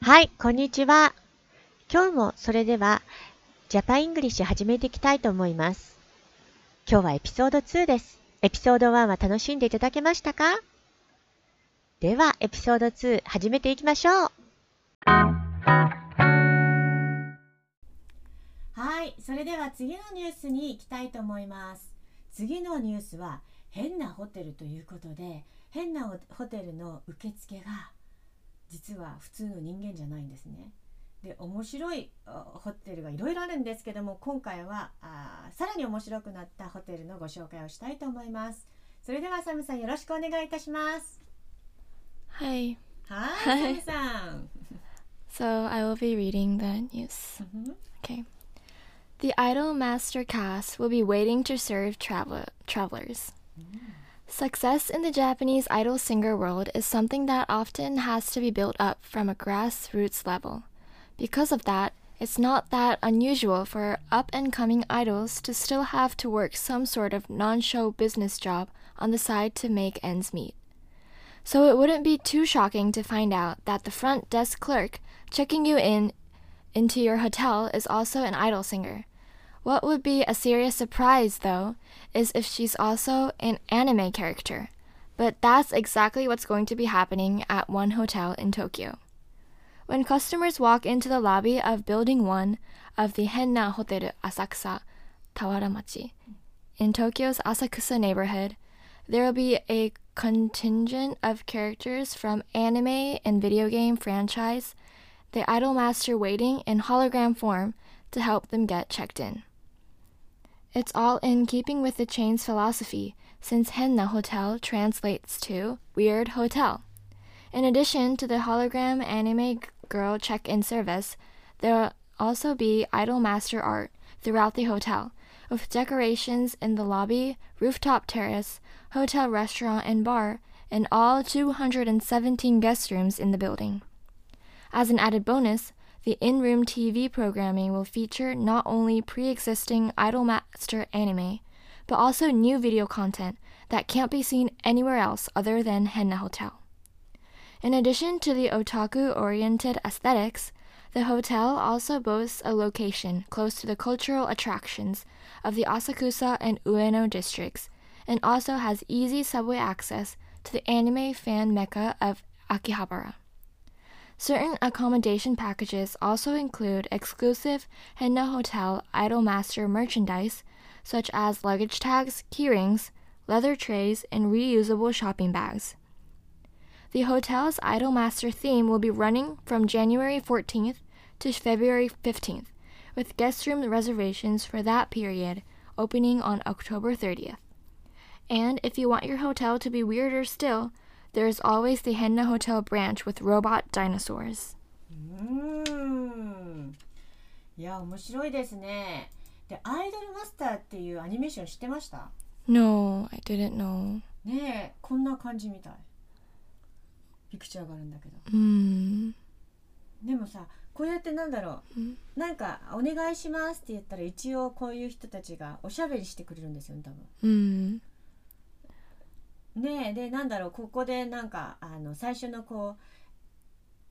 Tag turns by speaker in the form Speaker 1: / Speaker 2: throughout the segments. Speaker 1: はい、こんにちは。今日もそれでは、ジャパンイングリッシュ始めていきたいと思います。今日はエピソード2です。エピソード1は楽しんでいただけましたかでは、エピソード2始めていきましょう。
Speaker 2: はい、それでは次のニュースに行きたいと思います。次のニュースは変なホテルということで、変なホテルの受付が実は普通の人間じゃないんですね。で、面白いあホテルがいろいろあるんですけども、今回はあーさらに面白くなったホテルのご紹介をしたいと思います。それではサムさんよろしくお願いいたします。
Speaker 3: Hi.
Speaker 2: はい、
Speaker 3: は
Speaker 2: サム
Speaker 3: い
Speaker 2: さん。
Speaker 3: So I will be reading the news.
Speaker 2: うん
Speaker 3: Okay. The Idol Master cast will be waiting to serve travel travelers. Success in the Japanese idol singer world is something that often has to be built up from a grassroots level. Because of that, it's not that unusual for up and coming idols to still have to work some sort of non show business job on the side to make ends meet. So it wouldn't be too shocking to find out that the front desk clerk checking you in into your hotel is also an idol singer. What would be a serious surprise, though, is if she's also an anime character. But that's exactly what's going to be happening at one hotel in Tokyo. When customers walk into the lobby of Building 1 of the Henna Hotel Asakusa, Tawaramachi, in Tokyo's Asakusa neighborhood, there will be a contingent of characters from anime and video game franchise, the Idol Master waiting in hologram form to help them get checked in. It's all in keeping with the chain's philosophy, since Henna Hotel translates to Weird Hotel. In addition to the hologram anime g- girl check in service, there will also be Idol Master art throughout the hotel, with decorations in the lobby, rooftop terrace, hotel restaurant, and bar, and all 217 guest rooms in the building. As an added bonus, the in room TV programming will feature not only pre existing Idolmaster anime, but also new video content that can't be seen anywhere else other than Henna Hotel. In addition to the otaku oriented aesthetics, the hotel also boasts a location close to the cultural attractions of the Asakusa and Ueno districts, and also has easy subway access to the anime fan mecca of Akihabara. Certain accommodation packages also include exclusive Henna Hotel Idolmaster merchandise, such as luggage tags, keyrings, leather trays, and reusable shopping bags. The hotel's Idolmaster theme will be running from January 14th to February 15th, with guest room reservations for that period opening on October 30th. And if you want your hotel to be weirder still, there is always the Henna Hotel branch with robot dinosaurs.
Speaker 2: うーんいや面白いですねで「アイドルマスター」っていうアニメーション知ってました
Speaker 3: No, I didn't know.
Speaker 2: ねえこんな感じみたいピクチャーがあるんだけど
Speaker 3: Hmm.
Speaker 2: でもさこうやってなんだろう、なんか「お願いします」って言ったら一応こういう人たちがおしゃべりしてくれるんですよね多分
Speaker 3: Hmm.
Speaker 2: ねえでなんだろうここでなんかあの最初のこ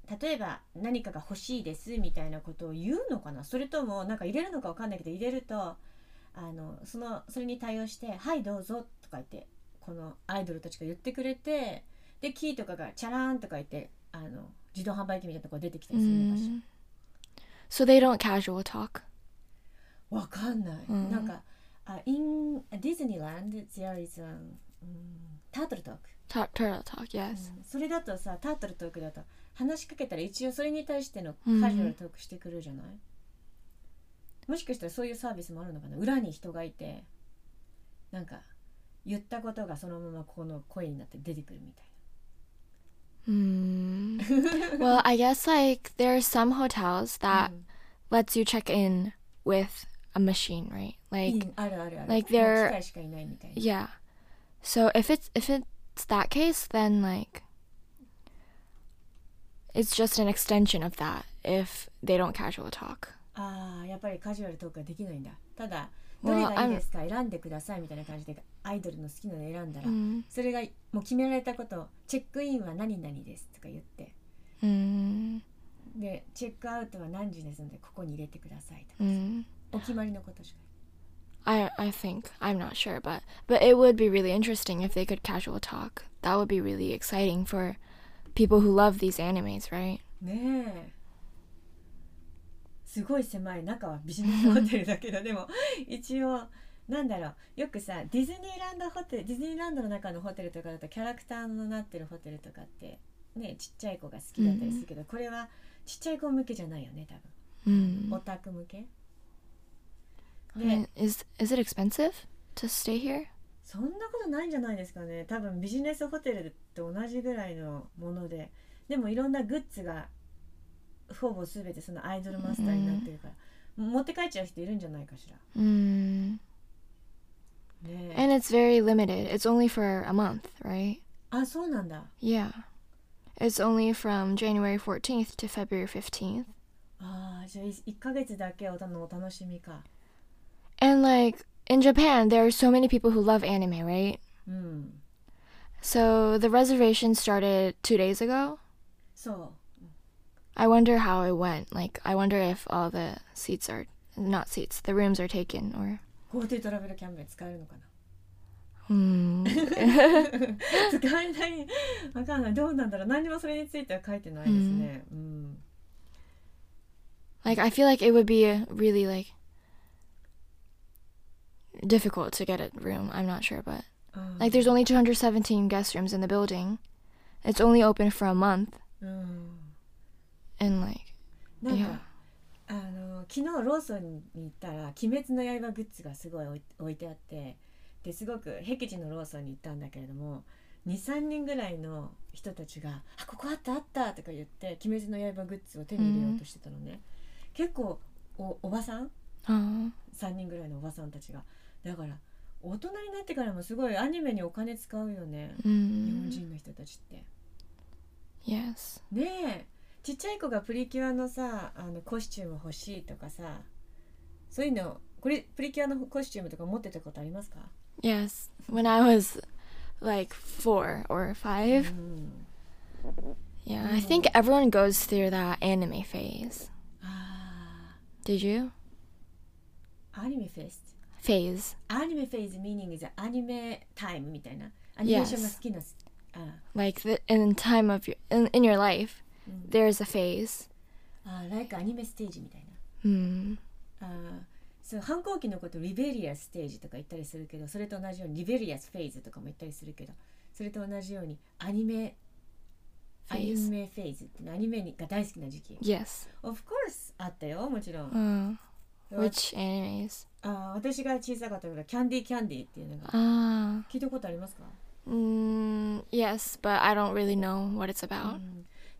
Speaker 2: う例えば何かが欲しいですみたいなことを言うのかなそれともなんか入れるのかわかんないけど入れるとあのそのそれに対応して「はいどうぞ」とか言ってこのアイドルたちが言ってくれてでキーとかが「チャラーン」とか言ってあの自動販売機みたいなとこ出てきたりするのかしら
Speaker 3: Mm. So they don't casual talk.
Speaker 2: わかんない、
Speaker 3: うん
Speaker 2: なんかあ in Disneyland there is a、タートルトーク
Speaker 3: Ta- turtle talk, yes.
Speaker 2: それだとさタートルトークだと話しかけたら一応それに対してのカジュアルトークしてくるじゃない、もしかしたらそういうサービスもあるのかな裏に人がいてなんか言ったことがそのままこの声になって出てくるみたい
Speaker 3: Hmm. well, I guess like there are some hotels that lets you check in with a machine, right?
Speaker 2: な、
Speaker 3: Like
Speaker 2: うんあるあるある
Speaker 3: like
Speaker 2: もう
Speaker 3: they're-
Speaker 2: 機械しかいないみたいな
Speaker 3: yeah. So if it's if it's that case, then like it's just an extension of that if they don't casual talk.
Speaker 2: あーやっぱりカジュアルトークはできないんだただ
Speaker 3: うわ
Speaker 2: どれがいいですか選んでくださいみたいな感じでアイドルの好きなの選んだら、
Speaker 3: Mm.
Speaker 2: それがもう決められたことをチェックインは何々ですとか言って
Speaker 3: Mm.
Speaker 2: でチェックアウトは何時ですのでここに入れてくださいとか、
Speaker 3: Mm.
Speaker 2: お決まりのことしか
Speaker 3: I I think I'm not sure, but but it would be really interesting if they could casual talk. That would be really exciting for people who love these animes, right?
Speaker 2: ねえすごい狭い中はビジネスホテルだけどでも一応なんだろうよくさディズニーランドホテルディズニーランドの中のホテルとかだとキャラクターのなってるホテルとかってねちっちゃい子が好きだったりするけど、これはちっちゃい子向けじゃないよね多
Speaker 3: Mm.
Speaker 2: 分オタク向け、
Speaker 3: I
Speaker 2: で
Speaker 3: mean, is is it expensive to stay here?
Speaker 2: そんなことないんじゃないですかね多分ビジネスホテルと同じぐらいのものででもいろんなグッズがほぼ全てそのアイドルマスターになってるから、持って帰っちゃう人いるんじゃないかしら
Speaker 3: Mm.
Speaker 2: ねえ
Speaker 3: And it's very limited. It's only for a month, right?
Speaker 2: あそうなんだ
Speaker 3: Yeah. It's only from January 14th to February 15th.
Speaker 2: あーじゃあ1ヶ月だけおたのお楽しみか
Speaker 3: And like in Japan, there are so many people who love anime, right?
Speaker 2: うん
Speaker 3: So the reservation started 2 days ago.
Speaker 2: そ
Speaker 3: I wonder how it went. Like I wonder if all the seats are not seats, the rooms are taken or
Speaker 2: う GoTo トラベルキャンペーン使えるのかな
Speaker 3: Hmm.
Speaker 2: 使えないわかんないどうなんだろう何にもそれについては書いてないですねうん、
Speaker 3: like I feel like it would be uh, really like difficult to get a room. I'm not sure, but
Speaker 2: うん
Speaker 3: like there's only 217 guest rooms in the building. It's only open for a month
Speaker 2: うん、
Speaker 3: and like
Speaker 2: なんか、
Speaker 3: Yeah.
Speaker 2: あの昨日ローソンに行ったら「鬼滅の刃」グッズがすごい置い置いてあってですごく僻地のローソンに行ったんだけれども23人ぐらいの人たちが「あここあったあった」とか言って「鬼滅の刃」グッズを手に入れようとしてたのね。結構おおばさん
Speaker 3: oh.
Speaker 2: 3人ぐらいのおばさんたちがだから大人になってからもすごいアニメにお金使うよね、日本
Speaker 3: Mm.
Speaker 2: 人の人たちって。
Speaker 3: Yes.
Speaker 2: ねえちっちゃい子がプリキュアのさあのコスチューム欲しいとかさそういうのこれプリキュアのコスチュームとか持ってたことありますか、
Speaker 3: Yes. When I was like 4 or 5,
Speaker 2: うん、
Speaker 3: yeah, I think everyone goes through that anime phase.
Speaker 2: あ
Speaker 3: Did you?
Speaker 2: ーアニメフェス
Speaker 3: Phase.
Speaker 2: アニメフェイズミーニングじゃアニメタイムみたいなアニメーションが好きな、あ
Speaker 3: like the, in time of your in, in your life
Speaker 2: ー、うん、
Speaker 3: there's a phase
Speaker 2: あーライクアニメステージみたい
Speaker 3: mm.
Speaker 2: なあーそう反抗期のことリベリアステージとか言ったりするけどそれと同じようにリベリアスフェイズとかも言ったりするけどそれと同じようにアニメアニ
Speaker 3: phase
Speaker 2: メフェーズっていうのアニメが大好きな時期
Speaker 3: yes
Speaker 2: Of course あったよもちろん
Speaker 3: uh,
Speaker 2: わ
Speaker 3: which animes
Speaker 2: あ私が小さかった頃キャンディーキャンディーっていうのが
Speaker 3: ah
Speaker 2: 聞いたことありますか、
Speaker 3: mm, yes but i don't really know what it's about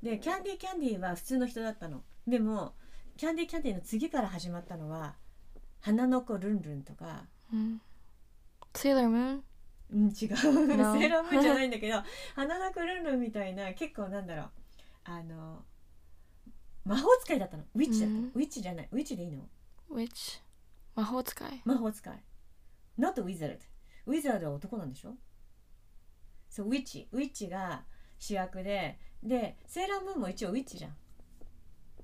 Speaker 2: でキャンディーキャンディーは普通の人だったのでもキャンディーキャンディーの次から始まったのは花の子ルンルンとか
Speaker 3: mm. sailor moon
Speaker 2: うん違うセーラ
Speaker 3: No
Speaker 2: ームーンじゃないんだけど花の子ルンルンみたいな結構なんだろうあの魔法使いだったのウィッチだったの、
Speaker 3: うん
Speaker 2: ウィッチじゃないウィッチでいいの
Speaker 3: which mahotsukai
Speaker 2: 魔法使い Not wizard ウィザードは男なんでしょそうウィッチウィッチが主役ででセーラームーンも一応ウィッチじゃん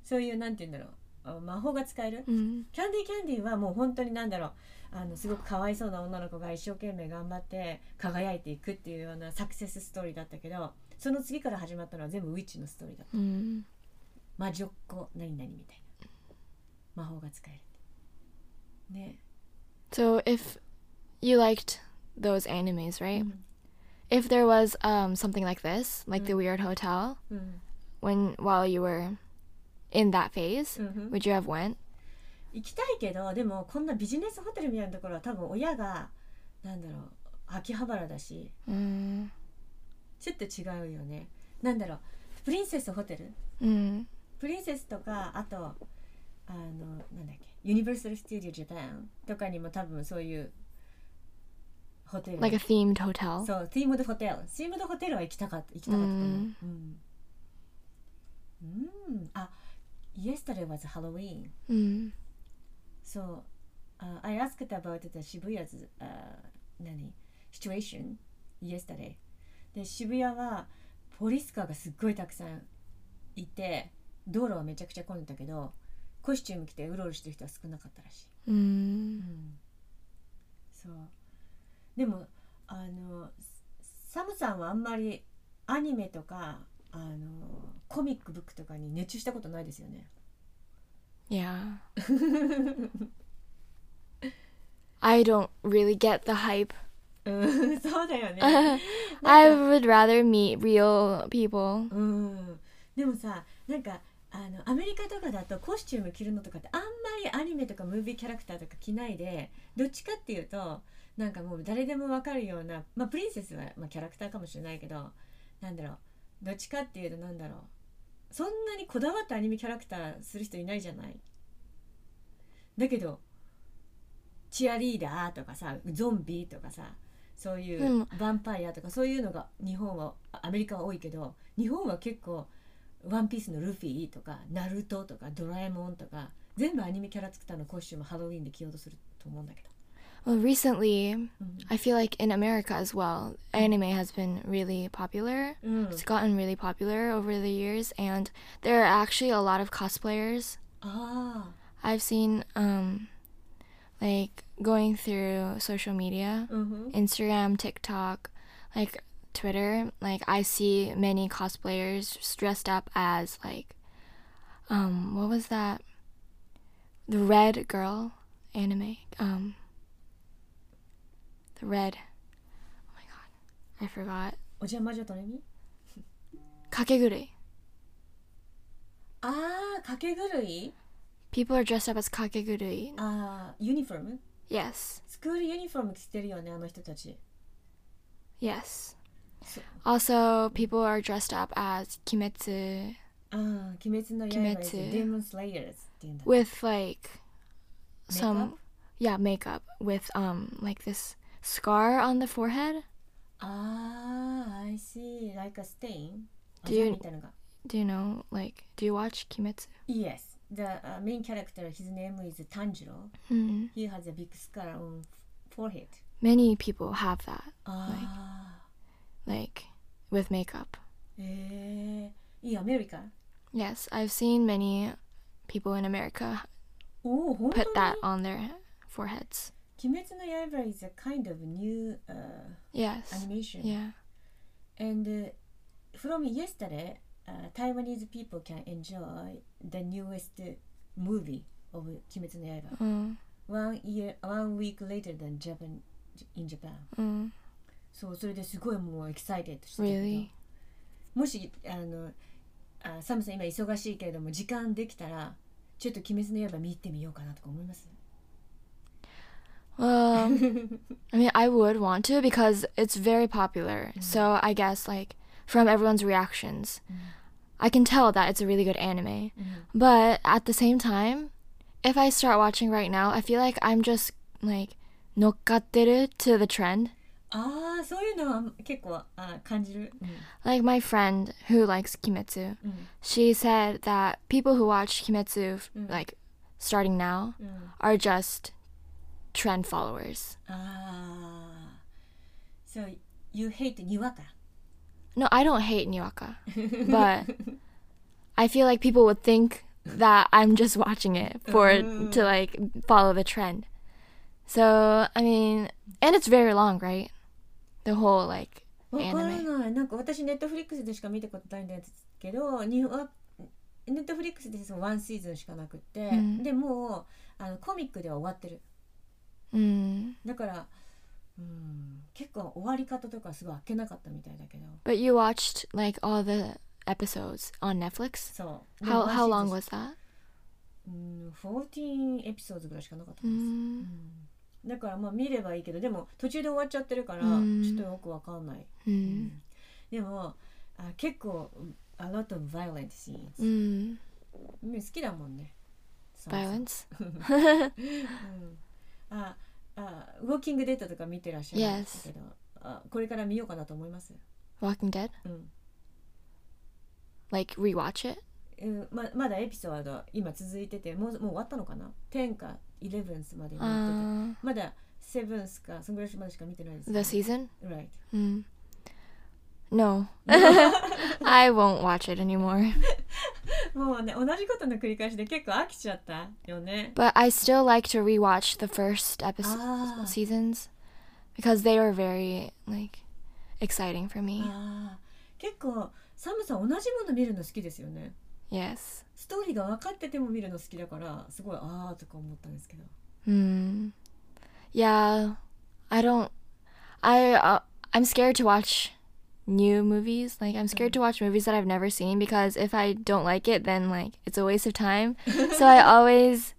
Speaker 2: そういうなんて言うんだろうあ魔法が使える
Speaker 3: mm.
Speaker 2: キャンディーキャンディーはもう本当になんだろうあのすごくかわいそうな女の子が一生懸命頑張って輝いていくっていうようなサクセスストーリーだったけどその次から始まったのは全部ウィッチのストーリーだった
Speaker 3: Mm.
Speaker 2: 魔女っ子何々みたいな魔法が使えるね
Speaker 3: so if you liked those animes right if there was um something like this like the weird hotel
Speaker 2: うん、
Speaker 3: when while you were in that phase
Speaker 2: Mhm.
Speaker 3: would you have went
Speaker 2: 行きたいけどでもこんなビジネスホテルみたいなところは多分親がなんだろう秋葉原だし
Speaker 3: mm.
Speaker 2: ちょっと違うよねなんだろうプリンセスホテル
Speaker 3: Mm.
Speaker 2: プリンセスとかあとあのなんだっけユニバーサル・スタジオ・ジャパンとかにも多分そういうホテル
Speaker 3: like a themed hotel.
Speaker 2: そうティームドホテルティームドホテルは行きたかった行きたかったと思う
Speaker 3: うん
Speaker 2: うん、うん、あ Yesterday was Halloween
Speaker 3: mm.
Speaker 2: So uh, I asked about the Shibuya's uh, 何 situation yesterday. で渋谷はポリスカーがすっごいたくさんいて道路はめちゃくちゃ混んでたけどコスチューム着てうろうろしてる人は少なかったらしい、
Speaker 3: Mm.
Speaker 2: そうでもあのサムさんはあんまりアニメとかあのコミックブックとかに熱中したことないですよね
Speaker 3: Yeah. I don't really get the hype.
Speaker 2: うん そうだよね
Speaker 3: I would rather meet real people.
Speaker 2: うんでもさなんかあのアメリカとかだとコスチューム着るのとかってあんまりアニメとかムービーキャラクターとか着ないでどっちかっていうとなんかもう誰でもわかるような、まあ、プリンセスは、まあ、キャラクターかもしれないけどなんだろうどっちかっていうとなんだろうそんなにこだわったアニメキャラクターする人いないじゃない。だけどチアリーダーとかさゾンビとかさそうい
Speaker 3: で
Speaker 2: う
Speaker 3: も
Speaker 2: ヴァンパイアとかそういうのが日本はアメリカは多いけど日本は結構「ワンピースのルフィとか「ナルト」とか「ドラえもん」とか全部アニメキャラ作ったのコスチュームハロウィーンで着ようとすると思うんだけど。
Speaker 3: Well, recently,
Speaker 2: うん
Speaker 3: I feel like in America as well, anime has been really popular.
Speaker 2: うん、
Speaker 3: It's gotten really popular over the years, and there are actually a lot of cosplayers.
Speaker 2: あ
Speaker 3: I've seen, um, like, going through social media.
Speaker 2: あ、うんふん
Speaker 3: Instagram, TikTok, like Twitter, like I see many cosplayers dressed up as like um what was that? The red girl anime. Um The red Oh my god. I forgot.
Speaker 2: おじゃまじょとねみ
Speaker 3: Kakegurui.
Speaker 2: ああ、かけ狂い
Speaker 3: People are dressed up as kakegurui.
Speaker 2: ああ、ユニフォーム
Speaker 3: Yes.
Speaker 2: スクールユニフォーム着てるよね、あの人たち。
Speaker 3: Yes.
Speaker 2: So-
Speaker 3: Also, people are dressed up as Kimetsu
Speaker 2: ああ、鬼滅の刃
Speaker 3: 鬼滅
Speaker 2: ですデーモンスレイヤーズって言うんだ。
Speaker 3: with like some
Speaker 2: Makeup?
Speaker 3: yeah makeup with um like this scar on the forehead
Speaker 2: ああ、I see, like a stain. あ
Speaker 3: っていう
Speaker 2: ざみたいなのが。
Speaker 3: do you know like do you watch kimetsu
Speaker 2: Yes, the、uh, main character, his name is Tanjiro.
Speaker 3: mm.
Speaker 2: He has a big scar on forehead.
Speaker 3: many people have that
Speaker 2: ああ、
Speaker 3: like with makeup
Speaker 2: ええいい、アメリカ。
Speaker 3: yes i've seen many people in america
Speaker 2: おお、本当に
Speaker 3: put that on their foreheads
Speaker 2: 鬼滅の刃 is a kind of new、uh,
Speaker 3: yes
Speaker 2: animation.
Speaker 3: yeah
Speaker 2: And uh, from yesterday, uh, Taiwanese people can enjoy the newest movie of 鬼滅の刃
Speaker 3: mm.
Speaker 2: one year one week later than Japan in Japan
Speaker 3: Mm.
Speaker 2: そうそれですごいもうエキサイテッドしてたけど
Speaker 3: really
Speaker 2: もしあのあサムさん今忙しいけれども時間できたらちょっと鬼滅の刃見てみようかなとか思います
Speaker 3: Um, I mean, I would want to because it's very popular. So I guess like from everyone's reactions, I can tell that it's a really good anime. But at the same time, if I start watching right now, I feel like I'm just like nokatteru to the trend.
Speaker 2: ああそういうのは結構あ感じる、
Speaker 3: Like my friend who likes Kimetsu,
Speaker 2: うん
Speaker 3: she said that people who watch Kimetsu f- like starting now
Speaker 2: うんうん、
Speaker 3: are just trend followers.
Speaker 2: ああ So you hate にわか
Speaker 3: No, I don't hate Niwaka, but I feel like people would think that I'm just watching it for to like follow the trend. So I mean, and it's very long, right? The whole like
Speaker 2: わから
Speaker 3: anime.
Speaker 2: ないなんか私ネットフリックスでしか見たことないんですけどにわネットフリックスでそのワンシーズンしかなくって、
Speaker 3: ん
Speaker 2: でもうあのコミックでは終わってる
Speaker 3: Mm.
Speaker 2: だからうん結構終わり方とかすごいあっけなかったみたいだけど
Speaker 3: But you watched like all the episodes on Netflix.
Speaker 2: そうで
Speaker 3: How
Speaker 2: も
Speaker 3: how
Speaker 2: ワ
Speaker 3: long
Speaker 2: ンシーズン
Speaker 3: was that?
Speaker 2: うん14エピソードぐらいしかなかったんです、
Speaker 3: Mm.
Speaker 2: だからまあ見ればいいけどでも途中で終わっちゃってるから、
Speaker 3: うん
Speaker 2: ちょっとよくわかんない
Speaker 3: Mm.
Speaker 2: でもあ結構 a lot of violent scenes、
Speaker 3: Mm.
Speaker 2: うん好きだもんねそもそも
Speaker 3: Violence.
Speaker 2: ああウォーキングデータとか見てらっしゃるんですけど、あこれから見ようかなと思います。
Speaker 3: Walking Dead.
Speaker 2: うん、
Speaker 3: Like rewatch it.
Speaker 2: うんままだエピソード今続いててもうもう終わったのかな ?10 か11までになってて、
Speaker 3: Uh,
Speaker 2: まだ7かそのぐらいまでしか見てないですけど。
Speaker 3: the season.
Speaker 2: right.
Speaker 3: Mm. No. I won't watch it anymore.
Speaker 2: もうね同じことの繰り返しで結構飽きちゃったよね
Speaker 3: But I still like to rewatch the first episode
Speaker 2: Ah.
Speaker 3: seasons because they were very like exciting for me.
Speaker 2: あー結構サムさん同じもの見るの好きですよね
Speaker 3: Yes.
Speaker 2: ストーリーが分かってても見るの好きだからすごいああとか思ったんですけど
Speaker 3: Hmm. Yeah. I don't. I uh, I'm scared to watch new movies. Like I'm scared to watch movies that I've never seen because if I don't like it, then like it's a waste of time. so I always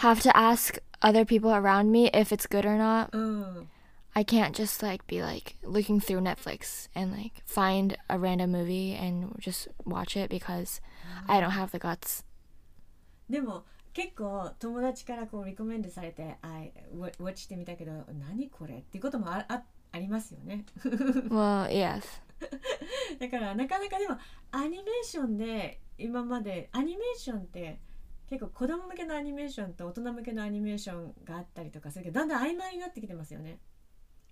Speaker 3: have to ask other people around me if it's good or not.
Speaker 2: うん、
Speaker 3: I can't just like be like looking through Netflix and like find a random movie and just watch it because I don't have the guts.
Speaker 2: でも結構友達からこうリコメンドされて「I wa- watch してみたけど何これ?」っていうこともああありますよね
Speaker 3: Well, yes.
Speaker 2: だからなかなかでもアニメーションで今までアニメーションって結構子供向けのアニメーションと大人向けのアニメーションがあったりとかするけどだんだん曖昧になってきてますよね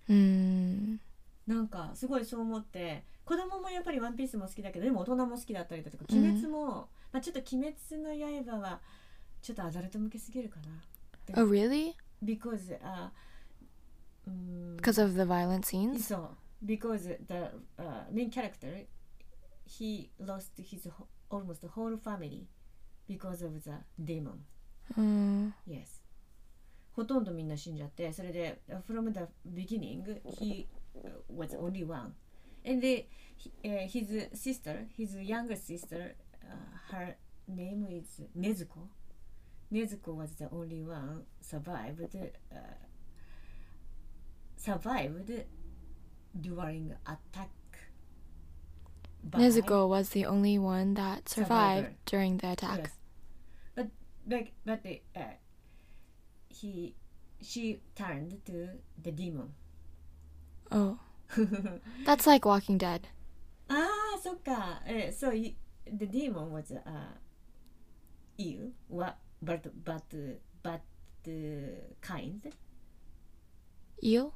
Speaker 3: Mm.
Speaker 2: なんかすごいそう思って子供もやっぱり「ワンピースも好きだけどでも大人も好きだったりだとか「
Speaker 3: うん
Speaker 2: 鬼滅も」まあ、ちょっと「鬼滅の刃」はちょっとアダルト向けすぎるかな
Speaker 3: Oh, really?
Speaker 2: because uh, あうーん
Speaker 3: Because of the violent scenes?
Speaker 2: そう because the、uh, main character he lost his ho- almost whole family because of the demon
Speaker 3: Mm.
Speaker 2: Yes. ほとんどみんな死んじゃって、それで、uh, from the beginning, he uh, was only one. And they, he- eh, his sister, his younger sister, uh, her name is Nezuko. Nezuko was the only one survived, uh, survived during attack. by-
Speaker 3: Nezuko was the only one that survived
Speaker 2: Survivor.
Speaker 3: during the attack.
Speaker 2: Yes. But like but the, uh, he she turned to the demon.
Speaker 3: Oh. That's like Walking Dead.
Speaker 2: ああ、そっか。えー、so Uh, you, the demon was uh ill, what but but but kind
Speaker 3: Ill?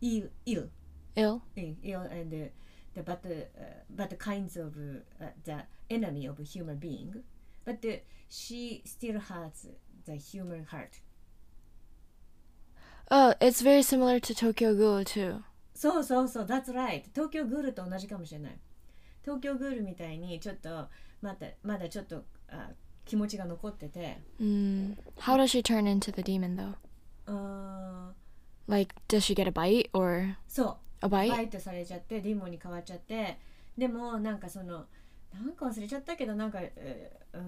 Speaker 2: ill ill
Speaker 3: Ill?
Speaker 2: thing ill and uh, the but uh, but kinds of uh, the enemy of human being, but uh, she still has the human heart.
Speaker 3: Oh, it's very similar to Tokyo Ghoul too.
Speaker 2: そうそうそう、That's right。東京グールと同じかもしれない。東京グールみたいにちょっとまだまだちょっとあ気持ちが残ってて、
Speaker 3: Mm. How does she turn into the demon though?
Speaker 2: うーん
Speaker 3: Like, does she get a bite or
Speaker 2: そ
Speaker 3: a
Speaker 2: う、
Speaker 3: bite?
Speaker 2: バイトされちゃってディモンに変わっちゃって、でもなんかそのなんか忘れちゃったけどなんかえーう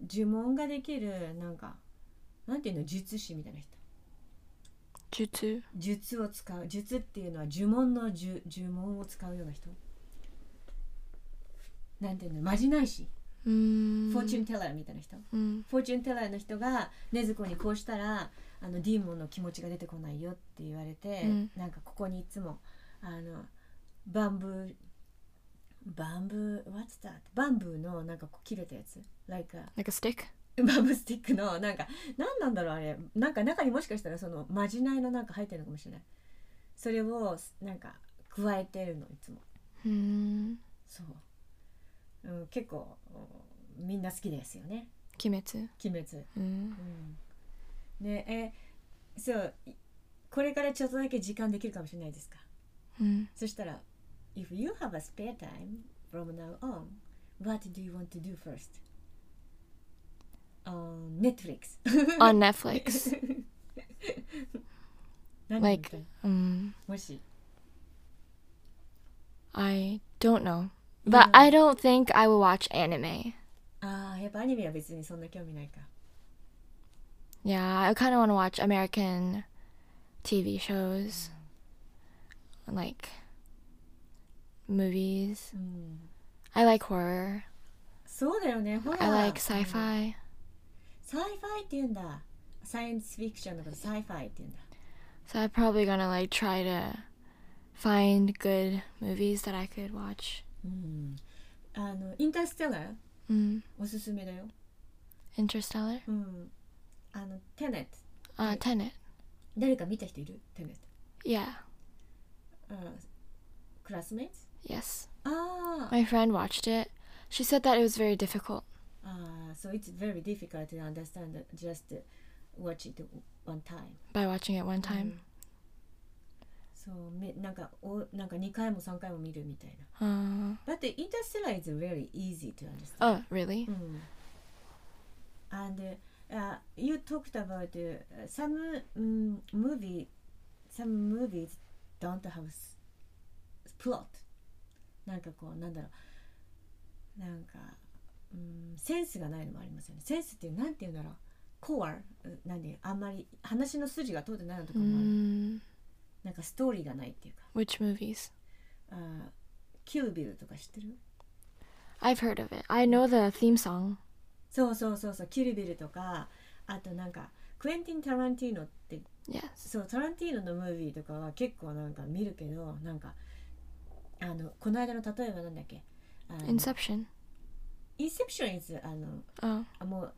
Speaker 2: ーん呪文ができるなんかなんていうの術師みたいな人。
Speaker 3: Jutsu.
Speaker 2: 術を使う術っていうのは呪文の呪呪文を使うような人なんていうのまじない師、
Speaker 3: Mm.
Speaker 2: フォーチュンテラーみたいな人
Speaker 3: Mm.
Speaker 2: フォーチュンテラーの人が禰豆子にこうしたらあのディーモンの気持ちが出てこないよって言われて、
Speaker 3: うん
Speaker 2: なんかここにいつもあのバンブーバンブー what's that バンブーのなんかこう切れたやつ like a
Speaker 3: Like a stick?
Speaker 2: バブスティックのなんか何なんだろうあれなんか中にもしかしたらそのまじないのなんか入ってるのかもしれないそれをなんか加えてるのいつも
Speaker 3: Hmm.
Speaker 2: そう、うん、結構うんみんな好きですよね
Speaker 3: Kimetsu.
Speaker 2: 鬼滅う
Speaker 3: Mm.
Speaker 2: んねえそういこれからちょっとだけ時間できるかもしれないですか
Speaker 3: Mm.
Speaker 2: そしたら If you have a spare time from now on what do you want to do first? On Netflix
Speaker 3: On Netflix.
Speaker 2: 何を見
Speaker 3: like,
Speaker 2: たい
Speaker 3: um,
Speaker 2: もし
Speaker 3: I don't know. But I don't think I will watch anime.
Speaker 2: ああやっぱアニメは別にそんな興味ないか
Speaker 3: Yeah, I kind of want to watch American TV shows, like movies.
Speaker 2: うん、
Speaker 3: I like horror.
Speaker 2: そうだよねほら
Speaker 3: I like sci-fi.
Speaker 2: サイファイって言うんだサイエンスフィクションのことサイファイって言うんだ
Speaker 3: So I'm probably gonna like try to find good movies that I could watch.
Speaker 2: うんあのインターステラー
Speaker 3: Mm.
Speaker 2: おすすめだよ
Speaker 3: Interstellar.
Speaker 2: うんあのテネット
Speaker 3: Uh, Tenet.
Speaker 2: 誰か見た人いるテネッ
Speaker 3: Yeah.
Speaker 2: ト、うん、クラスメイト
Speaker 3: Yes.
Speaker 2: ああ
Speaker 3: My friend watched it. She said that it was very difficult.
Speaker 2: Uh, so it's very difficult to understand that just uh, watch it one time.
Speaker 3: by watching it one time.
Speaker 2: そうめなんかおなんか2回も3回も見るみたいな。
Speaker 3: Uh,
Speaker 2: But the Interstellar is really easy to understand.
Speaker 3: oh, really?
Speaker 2: And uh, you talked about uh, some um, movie, some movies don't have s- plot. なんかこうなんだろう、なんか、うん、センスがないのもありますよね。センスってなんて言うんだろう。コア、なんであんまり話の筋が通ってないのとかもある。
Speaker 3: Mm,
Speaker 2: なんかストーリーがないっていうか。
Speaker 3: which movies?
Speaker 2: あーキュービルとか知ってる？
Speaker 3: I've heard of it. I know the theme song.
Speaker 2: そうそうそうそうキュービルとかあとなんかクエンティン・タランティーノって
Speaker 3: Yes.
Speaker 2: そうタランティーノのムービーとかは結構なんか見るけどなんかあのこの間の例えばなんだっけあの
Speaker 3: Inception.
Speaker 2: インセプション is あの
Speaker 3: Oh,
Speaker 2: あもう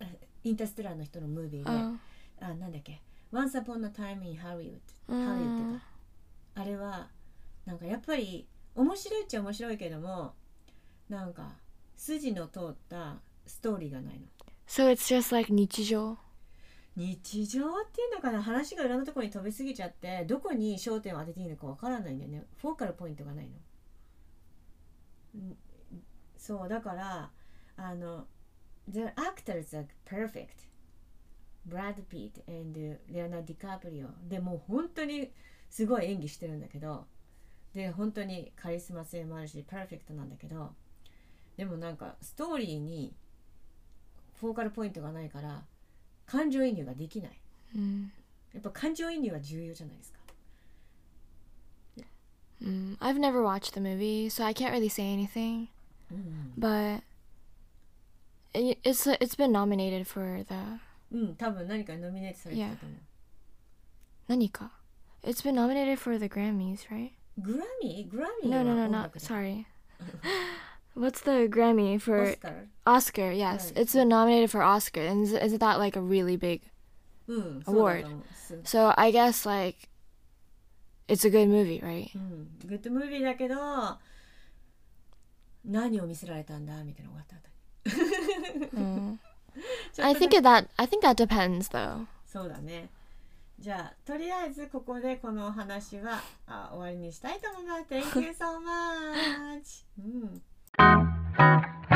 Speaker 2: あインターステラーの人のムービーで、
Speaker 3: oh.
Speaker 2: あなんだっけ Once Upon a Time in Hollywood
Speaker 3: ん
Speaker 2: ハリウ
Speaker 3: Mm.
Speaker 2: ッドかあれはなんかやっぱり面白いっちゃ面白いけどもなんか筋の通ったストーリーがないの
Speaker 3: So it's just like nichijo.
Speaker 2: 日常っていうのかな話がいろんなところに飛びすぎちゃってどこに焦点を当てていいのかわからないんだよねフォーカルポイントがないの。んそうだからあの The actors are perfect Brad Pitt and Leonardo DiCaprio でもう本当にすごい演技してるんだけどで本当にカリスマ性もあるしパーフェクトなんだけどでもなんかストーリーにフォーカルポイントがないから感情移入ができない
Speaker 3: Mm.
Speaker 2: やっぱ感情移入は重要じゃないですか
Speaker 3: Mm. I've never watched the movie, so I can't really say anything. But it, it's it's been nominated for the
Speaker 2: うん多分何かにノミネートされてたと思う
Speaker 3: nanika. It's been nominated for the Grammys, right?
Speaker 2: グラミーグラミー
Speaker 3: No,
Speaker 2: は
Speaker 3: no, no,
Speaker 2: 音
Speaker 3: not
Speaker 2: 楽だ
Speaker 3: sorry. What's the Grammy
Speaker 2: オ
Speaker 3: for
Speaker 2: スカー
Speaker 3: Oscar? Yes,
Speaker 2: Right.
Speaker 3: it's been nominated for Oscar, and is- isn't that like a really big?
Speaker 2: うんそうだと思うす
Speaker 3: So I guess like it's a good movie, right?
Speaker 2: うんグッドムービーだけど何を見せられたんだみたいなのがあった後に ちょっ
Speaker 3: I
Speaker 2: と
Speaker 3: think it that I think that depends though.
Speaker 2: そうだねじゃあとりあえずここでこのお話はあ終わりにしたいと思います Thank you so much、うん